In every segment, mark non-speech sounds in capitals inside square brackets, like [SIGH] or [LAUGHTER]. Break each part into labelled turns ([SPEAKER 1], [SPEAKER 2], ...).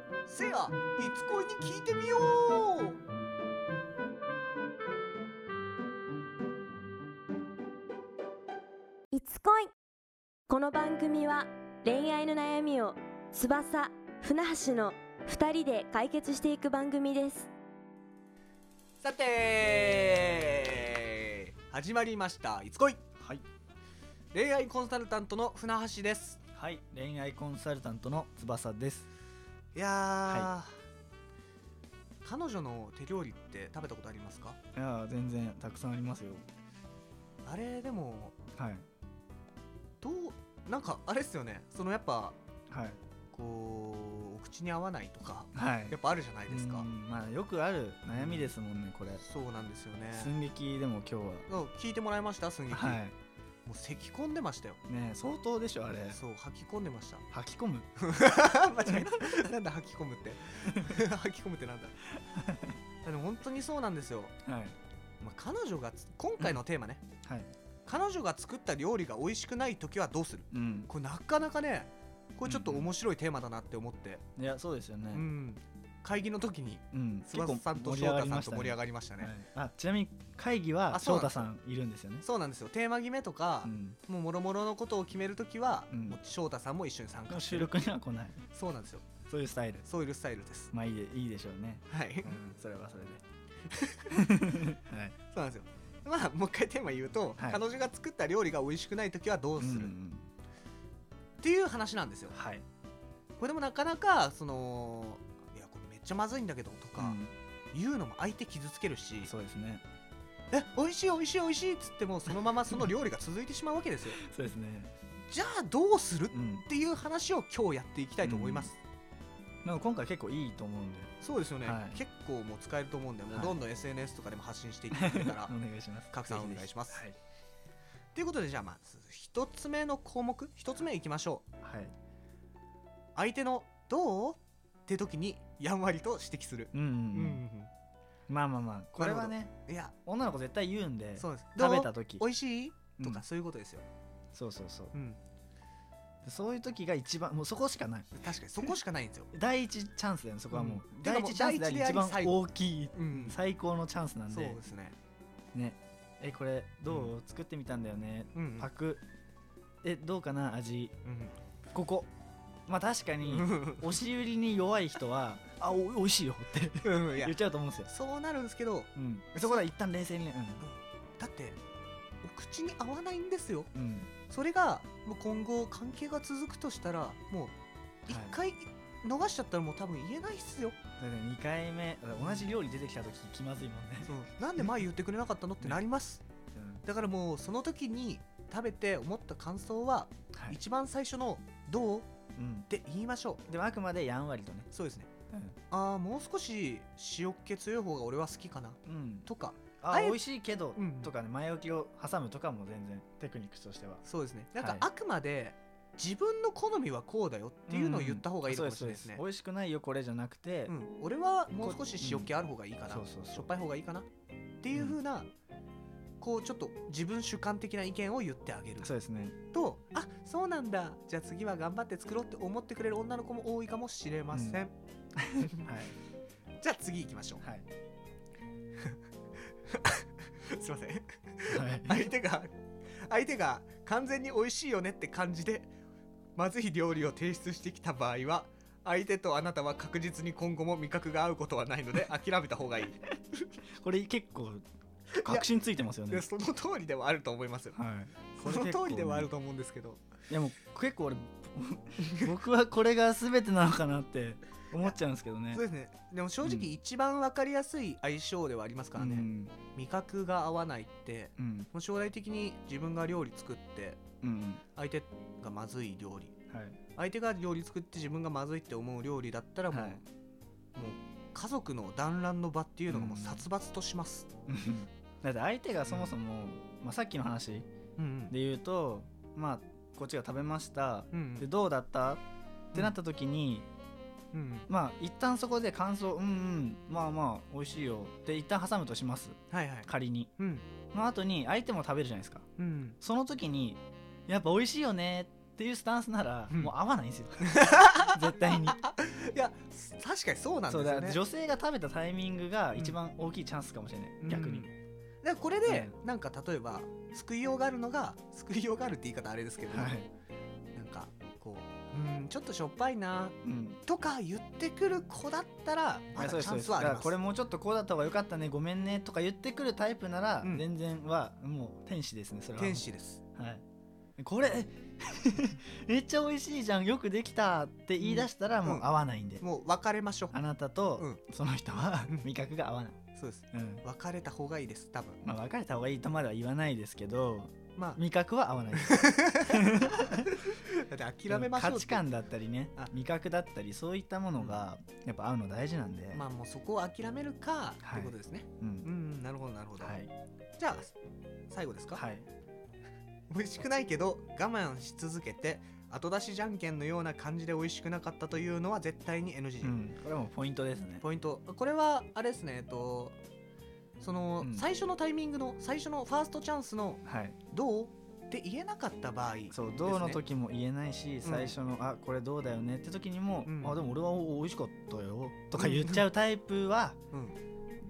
[SPEAKER 1] あいつ恋に聞いてみよう
[SPEAKER 2] いつ恋この番組は恋愛の悩みを翼船橋の2人で解決していく番組です
[SPEAKER 1] さて始まりましたいつ恋
[SPEAKER 3] はい、
[SPEAKER 1] 恋愛コンサルタントの船橋です
[SPEAKER 3] はい、恋愛コンサルタントの翼です。
[SPEAKER 1] いやー、
[SPEAKER 3] は
[SPEAKER 1] 彼女の手料理って食べたことありますか
[SPEAKER 3] いやー、全然たくさんありますよ。
[SPEAKER 1] あれでも
[SPEAKER 3] はい、
[SPEAKER 1] どうなんかあれっすよねそのやっぱ
[SPEAKER 3] はい、
[SPEAKER 1] こうお口に合わないとか
[SPEAKER 3] はい
[SPEAKER 1] やっ。ぱあるじゃないです
[SPEAKER 3] う
[SPEAKER 1] か
[SPEAKER 3] んまあ、よくある悩みですもんね、これ。
[SPEAKER 1] そうなんですよね
[SPEAKER 3] 寸劇でも今日
[SPEAKER 1] あ聞いてもらいました寸劇、 [LAUGHS]
[SPEAKER 3] は。は
[SPEAKER 1] もう咳込んでましたよ
[SPEAKER 3] い、ねえ、相当でしょあれ。
[SPEAKER 1] そう吐き込んでま [LAUGHS] した
[SPEAKER 3] 吐き込む。
[SPEAKER 1] 間違えたなん [LAUGHS] だ吐き込むって吐き込む [LAUGHS] ってなんだでも本当にそうなんですよ、
[SPEAKER 3] はい、
[SPEAKER 1] まあ、彼女がつ今回のテーマね、
[SPEAKER 3] はい、
[SPEAKER 1] 彼女が作った料理が美味しくない時はどうする
[SPEAKER 3] うん。
[SPEAKER 1] これなかなかねこれちょっと面白いテーマだなって思って、
[SPEAKER 3] いや、そうですよ
[SPEAKER 1] うん
[SPEAKER 3] ね。
[SPEAKER 1] 会議の時に
[SPEAKER 3] うん、
[SPEAKER 1] 翼さんと
[SPEAKER 3] 結
[SPEAKER 1] 翔
[SPEAKER 3] 構
[SPEAKER 1] 太さんと盛り上
[SPEAKER 3] が
[SPEAKER 1] がりました
[SPEAKER 3] り
[SPEAKER 1] ね
[SPEAKER 3] ましたね。はいあ、ちなみに会議は
[SPEAKER 1] あそう
[SPEAKER 3] 翔
[SPEAKER 1] なんです
[SPEAKER 3] 太さんいるんですよね。
[SPEAKER 1] そうなんですよテーマ決めとか、
[SPEAKER 3] うん。
[SPEAKER 1] もうもろもろのことを決める時は、
[SPEAKER 3] うん
[SPEAKER 1] もう翔太さんも一緒に参加して
[SPEAKER 3] 収
[SPEAKER 1] る
[SPEAKER 3] 録には来ない。
[SPEAKER 1] そうなんですよ
[SPEAKER 3] そういうスタイル。
[SPEAKER 1] そういうスタイルです
[SPEAKER 3] まあいいでいいでしょうね。
[SPEAKER 1] はい、 [LAUGHS]
[SPEAKER 3] うん、それはそれ
[SPEAKER 1] そ
[SPEAKER 3] で。はい。
[SPEAKER 1] うなんですよまあもう一回テーマ言うと、
[SPEAKER 3] はい
[SPEAKER 1] 彼女が作った料理が美味しくない時はどうする、
[SPEAKER 3] う
[SPEAKER 1] っ
[SPEAKER 3] ん
[SPEAKER 1] ていう話なんですよ
[SPEAKER 3] はい。
[SPEAKER 1] これでもなかなかそのいやこれめっちゃまずいんだけどとか、言うのも相手傷つけるし
[SPEAKER 3] うんそうですね。
[SPEAKER 1] え美味しい美味しい美味しいっつ
[SPEAKER 3] [LAUGHS]
[SPEAKER 1] ってもそのままその料理が続いてしまうわけですよ
[SPEAKER 3] そうですね。
[SPEAKER 1] じゃあどうする
[SPEAKER 3] う
[SPEAKER 1] っ
[SPEAKER 3] ん。
[SPEAKER 1] ていう話を今日やっていきたいと思います、
[SPEAKER 3] なんか今回結構いいと思うんで、
[SPEAKER 1] そうですよね、
[SPEAKER 3] はい
[SPEAKER 1] 結構もう使えると思うんでもう
[SPEAKER 3] はい
[SPEAKER 1] どんどん SNS とかでも発信していってくれたら
[SPEAKER 3] [LAUGHS] お願いします。
[SPEAKER 1] 拡散お願いします
[SPEAKER 3] ぜひぜ
[SPEAKER 1] ということでじゃあまず一つ目の項目一つ目いきましょう
[SPEAKER 3] ひはい。はい。
[SPEAKER 1] 相手の「どう?」って時にやんわりと指摘する、
[SPEAKER 3] うん、うんうん。まあまあまあ、これはね、
[SPEAKER 1] いや
[SPEAKER 3] 女の子絶対言うんで、
[SPEAKER 1] そうです
[SPEAKER 3] 食べ
[SPEAKER 1] ど
[SPEAKER 3] た
[SPEAKER 1] う
[SPEAKER 3] 時
[SPEAKER 1] 美味しいと
[SPEAKER 3] う
[SPEAKER 1] か
[SPEAKER 3] ん
[SPEAKER 1] そういうことですよ、
[SPEAKER 3] そうそうそう。
[SPEAKER 1] うん
[SPEAKER 3] そういう時が一番、もうそこしかない。
[SPEAKER 1] 確かにそこしかないんですよ、
[SPEAKER 3] 第一チャンスだよね、そこはもう。
[SPEAKER 1] うん
[SPEAKER 3] 第一チャンスであり、
[SPEAKER 1] てか
[SPEAKER 3] 一
[SPEAKER 1] もう
[SPEAKER 3] 番
[SPEAKER 1] 第一であり最後
[SPEAKER 3] 大きい、
[SPEAKER 1] うん
[SPEAKER 3] 最高のチャンスなん
[SPEAKER 1] そう
[SPEAKER 3] で、
[SPEAKER 1] ですね、
[SPEAKER 3] ね。え、これ、どう、作ってみたんだよね。
[SPEAKER 1] うんうん
[SPEAKER 3] パク。え、どうかな、味。
[SPEAKER 1] うん
[SPEAKER 3] ここ。まあ確かに、押し売りに弱い人は「あおおいしいよ」って
[SPEAKER 1] うんいや
[SPEAKER 3] 言っちゃうと思うんですよ、
[SPEAKER 1] そうなるんですけど
[SPEAKER 3] うん、そこは一旦冷静にね
[SPEAKER 1] だってお口に合わないんですよ
[SPEAKER 3] うん、うん、
[SPEAKER 1] それがもう今後関係が続くとしたらもう一回逃しちゃったらもう多分言えないっすよ、
[SPEAKER 3] だって2回目同じ料理出てきた時気まずいもんね、
[SPEAKER 1] そうなんで前言ってくれなかったのってなります、
[SPEAKER 3] うん
[SPEAKER 1] だからもうその時に食べて思った感想は
[SPEAKER 3] はい
[SPEAKER 1] 一番最初の「どう?」っ
[SPEAKER 3] うん、
[SPEAKER 1] て言いましょ
[SPEAKER 3] でもあくまでやんわりとね
[SPEAKER 1] うそうですね、
[SPEAKER 3] うん
[SPEAKER 1] ああもう少し塩っ気強い方が俺は好きかな
[SPEAKER 3] うん
[SPEAKER 1] とかあ
[SPEAKER 3] あ
[SPEAKER 1] え
[SPEAKER 3] 美味しいけど、
[SPEAKER 1] うん
[SPEAKER 3] とかね前置きを挟むとかも全然テクニックとしては
[SPEAKER 1] そうですねなんか
[SPEAKER 3] はい
[SPEAKER 1] あくまで自分の好みはこうだよっていうのを言った方がいいのかもしれないですね、
[SPEAKER 3] そう美味しくないよこれじゃなくて、
[SPEAKER 1] うん俺はもう少し塩気ある方がいいかな、
[SPEAKER 3] うんそうそうそう
[SPEAKER 1] しょっぱい方がいいかなっていう風な、こうちょっと自分主観的な意見を言ってあげる
[SPEAKER 3] そうですね
[SPEAKER 1] とあそうなんだじゃあ次は頑張って作ろうって思ってくれる女の子も多いかもしれません、
[SPEAKER 3] はい
[SPEAKER 1] じゃあ次行きま
[SPEAKER 3] [LAUGHS]
[SPEAKER 1] しょ
[SPEAKER 3] はい、
[SPEAKER 1] うすいません [LAUGHS]
[SPEAKER 3] はい、
[SPEAKER 1] 相手が相手が完全に美味しいよねって感じでまずい料理を提出してきた場合は相手とあなたは確実に今後も味覚が合うことはないの
[SPEAKER 3] [LAUGHS]
[SPEAKER 1] で諦めた方がいい
[SPEAKER 3] これ結構確信ついてますよね
[SPEAKER 1] でその通りではあると思いますよ
[SPEAKER 3] はい
[SPEAKER 1] その通りではあると思うんですけど
[SPEAKER 3] いやもう結構俺 [LAUGHS] 僕はこれが全てなのかなって思っちゃうんですけどね
[SPEAKER 1] そうですねでも正直
[SPEAKER 3] うん
[SPEAKER 1] 一番分かりやすい相性ではありますからね、
[SPEAKER 3] うん
[SPEAKER 1] 味覚が合わないって
[SPEAKER 3] うん
[SPEAKER 1] もう将来的に自分が料理作って
[SPEAKER 3] うん
[SPEAKER 1] 相手がまずい料理
[SPEAKER 3] はい [LAUGHS]
[SPEAKER 1] 相手が料理作って自分がまずいって思う料理だったらもう,、
[SPEAKER 3] はい
[SPEAKER 1] もう家族の団らんの場っていうのがもううん殺伐とします、
[SPEAKER 3] うんだって相手がそもそも、まあ、さっきの話
[SPEAKER 1] うん
[SPEAKER 3] で言うとまあこっちが食べました
[SPEAKER 1] うんうん
[SPEAKER 3] でどうだったってなった時に、
[SPEAKER 1] うんうん
[SPEAKER 3] まあ一旦そこで感想うんうんまあまあ美味しいよって一旦挟むとします
[SPEAKER 1] はいはい
[SPEAKER 3] 仮に
[SPEAKER 1] うん
[SPEAKER 3] の後に相手も食べるじゃないですか
[SPEAKER 1] うん
[SPEAKER 3] その時にやっぱ美味しいよねっていうスタンスなら、
[SPEAKER 1] うん [LAUGHS]
[SPEAKER 3] もう合わないんですよ絶対に
[SPEAKER 1] いやす確かにそうなん
[SPEAKER 3] そう
[SPEAKER 1] です
[SPEAKER 3] だ
[SPEAKER 1] よ
[SPEAKER 3] か
[SPEAKER 1] ね
[SPEAKER 3] ら女性が食べたタイミングが一番大きいチャンスかもしれない、逆に
[SPEAKER 1] うん、だからこれで、なんか例えば救いようがあるのが救いようがあるって言い方あれですけども、
[SPEAKER 3] はい、
[SPEAKER 1] なんかこううんちょっとしょっぱいな
[SPEAKER 3] うん、
[SPEAKER 1] とか言ってくる子だったら
[SPEAKER 3] い
[SPEAKER 1] まだ
[SPEAKER 3] やそうで
[SPEAKER 1] チャ
[SPEAKER 3] すそう
[SPEAKER 1] ン
[SPEAKER 3] です
[SPEAKER 1] ス
[SPEAKER 3] だ
[SPEAKER 1] はあり
[SPEAKER 3] から
[SPEAKER 1] ます
[SPEAKER 3] これもうちょっとこうだった方が良かったねごめんねとか言ってくるタイプなら、
[SPEAKER 1] うん
[SPEAKER 3] 全然はもう天使ですねそれは
[SPEAKER 1] 天使です
[SPEAKER 3] はいこれ [LAUGHS] えめっちゃ美味しいじゃんよくできたって言い出したら
[SPEAKER 1] うん
[SPEAKER 3] もう合わないんで、
[SPEAKER 1] もう別れましょう
[SPEAKER 3] あなたと
[SPEAKER 1] うん
[SPEAKER 3] その人は [LAUGHS]
[SPEAKER 1] うん
[SPEAKER 3] 味覚が合わない、
[SPEAKER 1] そうです
[SPEAKER 3] うん
[SPEAKER 1] 別れた方がいいです多分
[SPEAKER 3] まあ、別れた方がいいとまでは言わないですけど
[SPEAKER 1] ま
[SPEAKER 3] 味覚は合わないです
[SPEAKER 1] あだって [LAUGHS] 諦めましょう
[SPEAKER 3] 価
[SPEAKER 1] って
[SPEAKER 3] 値観だったりね
[SPEAKER 1] あ
[SPEAKER 3] 味覚だったりそういったものがやっぱ合うの大事なんで、
[SPEAKER 1] まあもうそこを諦めるかってことですね、
[SPEAKER 3] う
[SPEAKER 1] うんんなるほどなるほど、
[SPEAKER 3] はい
[SPEAKER 1] じゃあ最後ですか、
[SPEAKER 3] はい
[SPEAKER 1] 美味しくないけど我慢し続けて後出しじゃんけんのような感じで美味しくなかったというのは絶対に NG、
[SPEAKER 3] うん、これはもうポイントですね
[SPEAKER 1] ポイントこれはあれですねえっとその、
[SPEAKER 3] うん
[SPEAKER 1] 最初のタイミングの最初のファーストチャンスの
[SPEAKER 3] はい
[SPEAKER 1] どうって言えなかった場合
[SPEAKER 3] そう「どう」の時も言えないし、
[SPEAKER 1] すね
[SPEAKER 3] 最初の「あこれどうだよね」って時にも「
[SPEAKER 1] うん
[SPEAKER 3] あでも俺はお美味しかったよ」とか言っちゃうタイプは、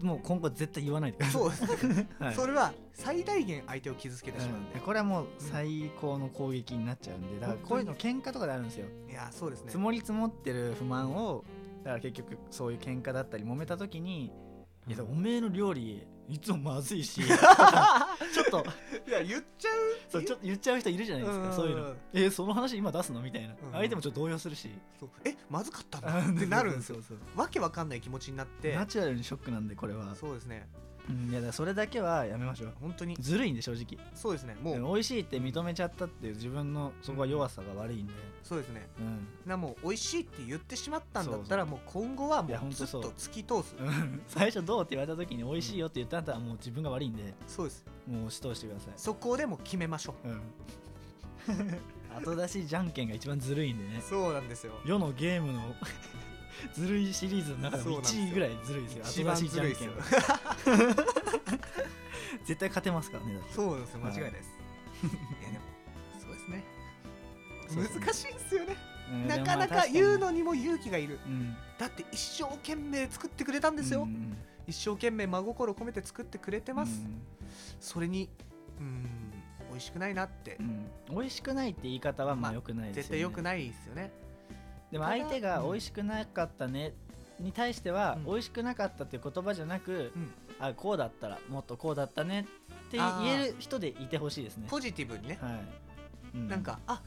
[SPEAKER 1] うん、
[SPEAKER 3] もう今後絶対言わないでください
[SPEAKER 1] そう、
[SPEAKER 3] [LAUGHS] はい
[SPEAKER 1] それは最大限相手を傷つけてしまうんで
[SPEAKER 3] うん、これはもう最高の攻撃になっちゃうんでだからこういうの喧嘩とかであるんですよ、
[SPEAKER 1] いやそうですね
[SPEAKER 3] 積もり積もってる不満をだから結局そういう喧嘩だったり揉めた時に「
[SPEAKER 1] [LAUGHS]
[SPEAKER 3] いやおめえの料理いつもまずいし」とかちょっと
[SPEAKER 1] いや言っちゃう
[SPEAKER 3] そうちょっと言っちゃう人いるじゃないです
[SPEAKER 1] うん
[SPEAKER 3] かそういうの「えその話今出すの?」みたいな、
[SPEAKER 1] うん
[SPEAKER 3] 相手もちょっと動揺するし。
[SPEAKER 1] そうえまずか [LAUGHS] ったなってなるんですよ
[SPEAKER 3] そうそう
[SPEAKER 1] わけわかんない気持ちになって
[SPEAKER 3] ナチュラルにショックなんでこれは、
[SPEAKER 1] そうですね
[SPEAKER 3] うん、いやだからそれだけはやめましょう
[SPEAKER 1] 本当に
[SPEAKER 3] ずるいんで正直
[SPEAKER 1] そうですねも
[SPEAKER 3] で
[SPEAKER 1] う
[SPEAKER 3] も美味しいって認めちゃったっていう自分のそこは弱さが悪いんで、
[SPEAKER 1] そうですね
[SPEAKER 3] うん
[SPEAKER 1] なもう美味しいって言ってしまったんだったらもう今後はいも
[SPEAKER 3] やほ
[SPEAKER 1] うんず
[SPEAKER 3] と
[SPEAKER 1] っ
[SPEAKER 3] そう
[SPEAKER 1] と突き通す
[SPEAKER 3] うん最初どうって言われた時に美味しいよって言ったんだったらもう自分が悪いんで
[SPEAKER 1] そうです
[SPEAKER 3] もう押し通してください、
[SPEAKER 1] そこでもう決めましょ
[SPEAKER 3] うん、後出しじゃんけんが一番ずるいんで
[SPEAKER 1] う
[SPEAKER 3] ね
[SPEAKER 1] そうなんですよ
[SPEAKER 3] 世のゲームの [LAUGHS] ずるいシリーズの中でも1位ぐらいずるいで
[SPEAKER 1] 一
[SPEAKER 3] すよ
[SPEAKER 1] 番
[SPEAKER 3] 後出し
[SPEAKER 1] ず
[SPEAKER 3] じゃ
[SPEAKER 1] るい
[SPEAKER 3] ん
[SPEAKER 1] です
[SPEAKER 3] けん
[SPEAKER 1] よ
[SPEAKER 3] は絶対勝てますからねだって
[SPEAKER 1] そうですよ間違いないです [LAUGHS] いやでもそうですね難しいですよね
[SPEAKER 3] うん
[SPEAKER 1] な
[SPEAKER 3] でもま
[SPEAKER 1] か
[SPEAKER 3] あ
[SPEAKER 1] な
[SPEAKER 3] 確
[SPEAKER 1] か
[SPEAKER 3] に
[SPEAKER 1] 言うのにも勇気がいる
[SPEAKER 3] うん
[SPEAKER 1] だって一生懸命作ってくれたんですよ、
[SPEAKER 3] うんうん
[SPEAKER 1] 一生懸命真心込めて作ってくれてます、
[SPEAKER 3] うん
[SPEAKER 1] それにうん美味しくないなって
[SPEAKER 3] うん、美味しくないって言い方はま
[SPEAKER 1] まあ
[SPEAKER 3] あ良くないですよね、
[SPEAKER 1] 絶対良く
[SPEAKER 3] い
[SPEAKER 1] ないですよね
[SPEAKER 3] でも相手が美味しくなかったねに対しては、
[SPEAKER 1] うん
[SPEAKER 3] 美味しくなかったっていう言葉じゃなく、
[SPEAKER 1] うん
[SPEAKER 3] あこうだったらもっとこうだったねって
[SPEAKER 1] あー
[SPEAKER 3] 言える人でいてほしいですね
[SPEAKER 1] ポジティブにね、
[SPEAKER 3] はい、う
[SPEAKER 1] なんかあ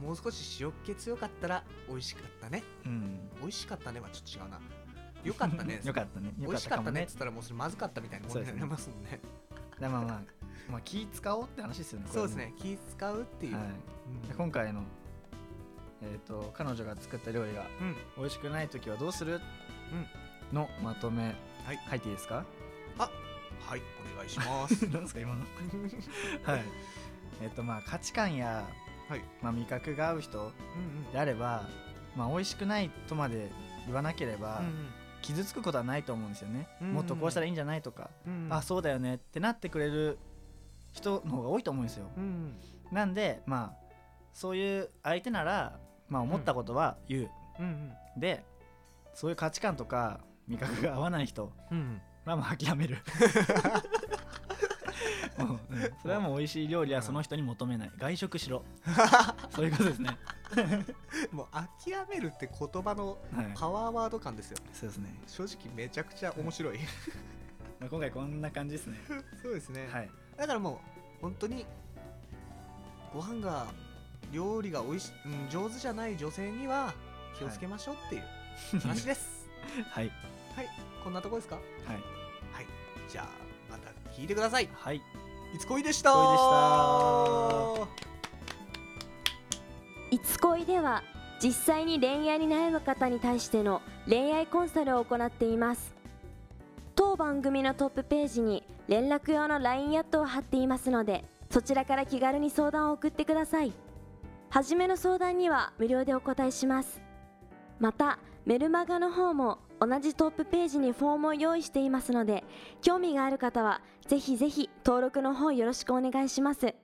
[SPEAKER 1] もう少し塩気強かったら美味しかったね
[SPEAKER 3] うん
[SPEAKER 1] 美味しかったねはちょっと違うな良かったね
[SPEAKER 3] [LAUGHS] よかった
[SPEAKER 1] [LAUGHS]
[SPEAKER 3] ね
[SPEAKER 1] 美
[SPEAKER 3] よ
[SPEAKER 1] 味しかっ
[SPEAKER 3] も
[SPEAKER 1] たねっ
[SPEAKER 3] ね
[SPEAKER 1] つったらもうそれまずかったみたいなもんになりますもんね
[SPEAKER 3] だまあまあまあ気使おうって話ですよねこれ
[SPEAKER 1] そう
[SPEAKER 3] も
[SPEAKER 1] ですね気使うっていう、
[SPEAKER 3] はい
[SPEAKER 1] うん
[SPEAKER 3] で今回のえっ、と彼女が作った料理が
[SPEAKER 1] うん
[SPEAKER 3] 美味しくない時はどうする、のまとめ、
[SPEAKER 1] はい
[SPEAKER 3] 入っていいです
[SPEAKER 1] [LAUGHS]
[SPEAKER 3] か
[SPEAKER 1] はいお願いします
[SPEAKER 3] [LAUGHS] 何ですか
[SPEAKER 1] [LAUGHS]
[SPEAKER 3] 今のはい、えっとまあ価値観や、
[SPEAKER 1] はい
[SPEAKER 3] まあ、味覚が合う人
[SPEAKER 1] うん
[SPEAKER 3] であれば、まあ、美味しくないとまで言わなければ、傷つくことはないと思うんですよね、
[SPEAKER 1] うん
[SPEAKER 3] もっとこうしたらいいんじゃないとか、
[SPEAKER 1] うんうん
[SPEAKER 3] あそうだよねってなってくれる人の方が多いと思うんですよ、
[SPEAKER 1] うん
[SPEAKER 3] なんでまあそういう相手なら、まあ、思ったことは言う、
[SPEAKER 1] うんうん
[SPEAKER 3] でそういう価値観とか味覚が合わない人
[SPEAKER 1] うん
[SPEAKER 3] まあまあ諦
[SPEAKER 1] [LAUGHS]
[SPEAKER 3] めるもううんそれはもう美味しい料理はその人に求めない外食し
[SPEAKER 1] [LAUGHS]
[SPEAKER 3] ろそういうことですね
[SPEAKER 1] もう諦めるって言葉の [LAUGHS]
[SPEAKER 3] はい
[SPEAKER 1] パワーワード感ですよ
[SPEAKER 3] そうですね
[SPEAKER 1] 正直めちゃくちゃ面白い
[SPEAKER 3] まあ今回こんな感じですね
[SPEAKER 1] [LAUGHS] そうですね、
[SPEAKER 3] はい
[SPEAKER 1] だからもう本当にご飯が料理が美味し、うん、上手じゃない女性には気をつけましょうっていう話です
[SPEAKER 3] [LAUGHS] はい
[SPEAKER 1] はい、こんなとこですか
[SPEAKER 3] はい
[SPEAKER 1] はいじゃあまた聞いてください
[SPEAKER 3] はい
[SPEAKER 1] いつこいでした
[SPEAKER 3] いつこ
[SPEAKER 2] い
[SPEAKER 3] いでした
[SPEAKER 2] つ恋では実際に恋愛に悩む方に対しての恋愛コンサルを行っています当番組のトップページに連絡用の LINE アットを貼っていますのでそちらから気軽に相談を送ってください初めの相談には無料でお答えしますまたメルマガの方も同じトップページにフォームを用意していますので興味がある方はぜひぜひ登録の方よろしくお願いします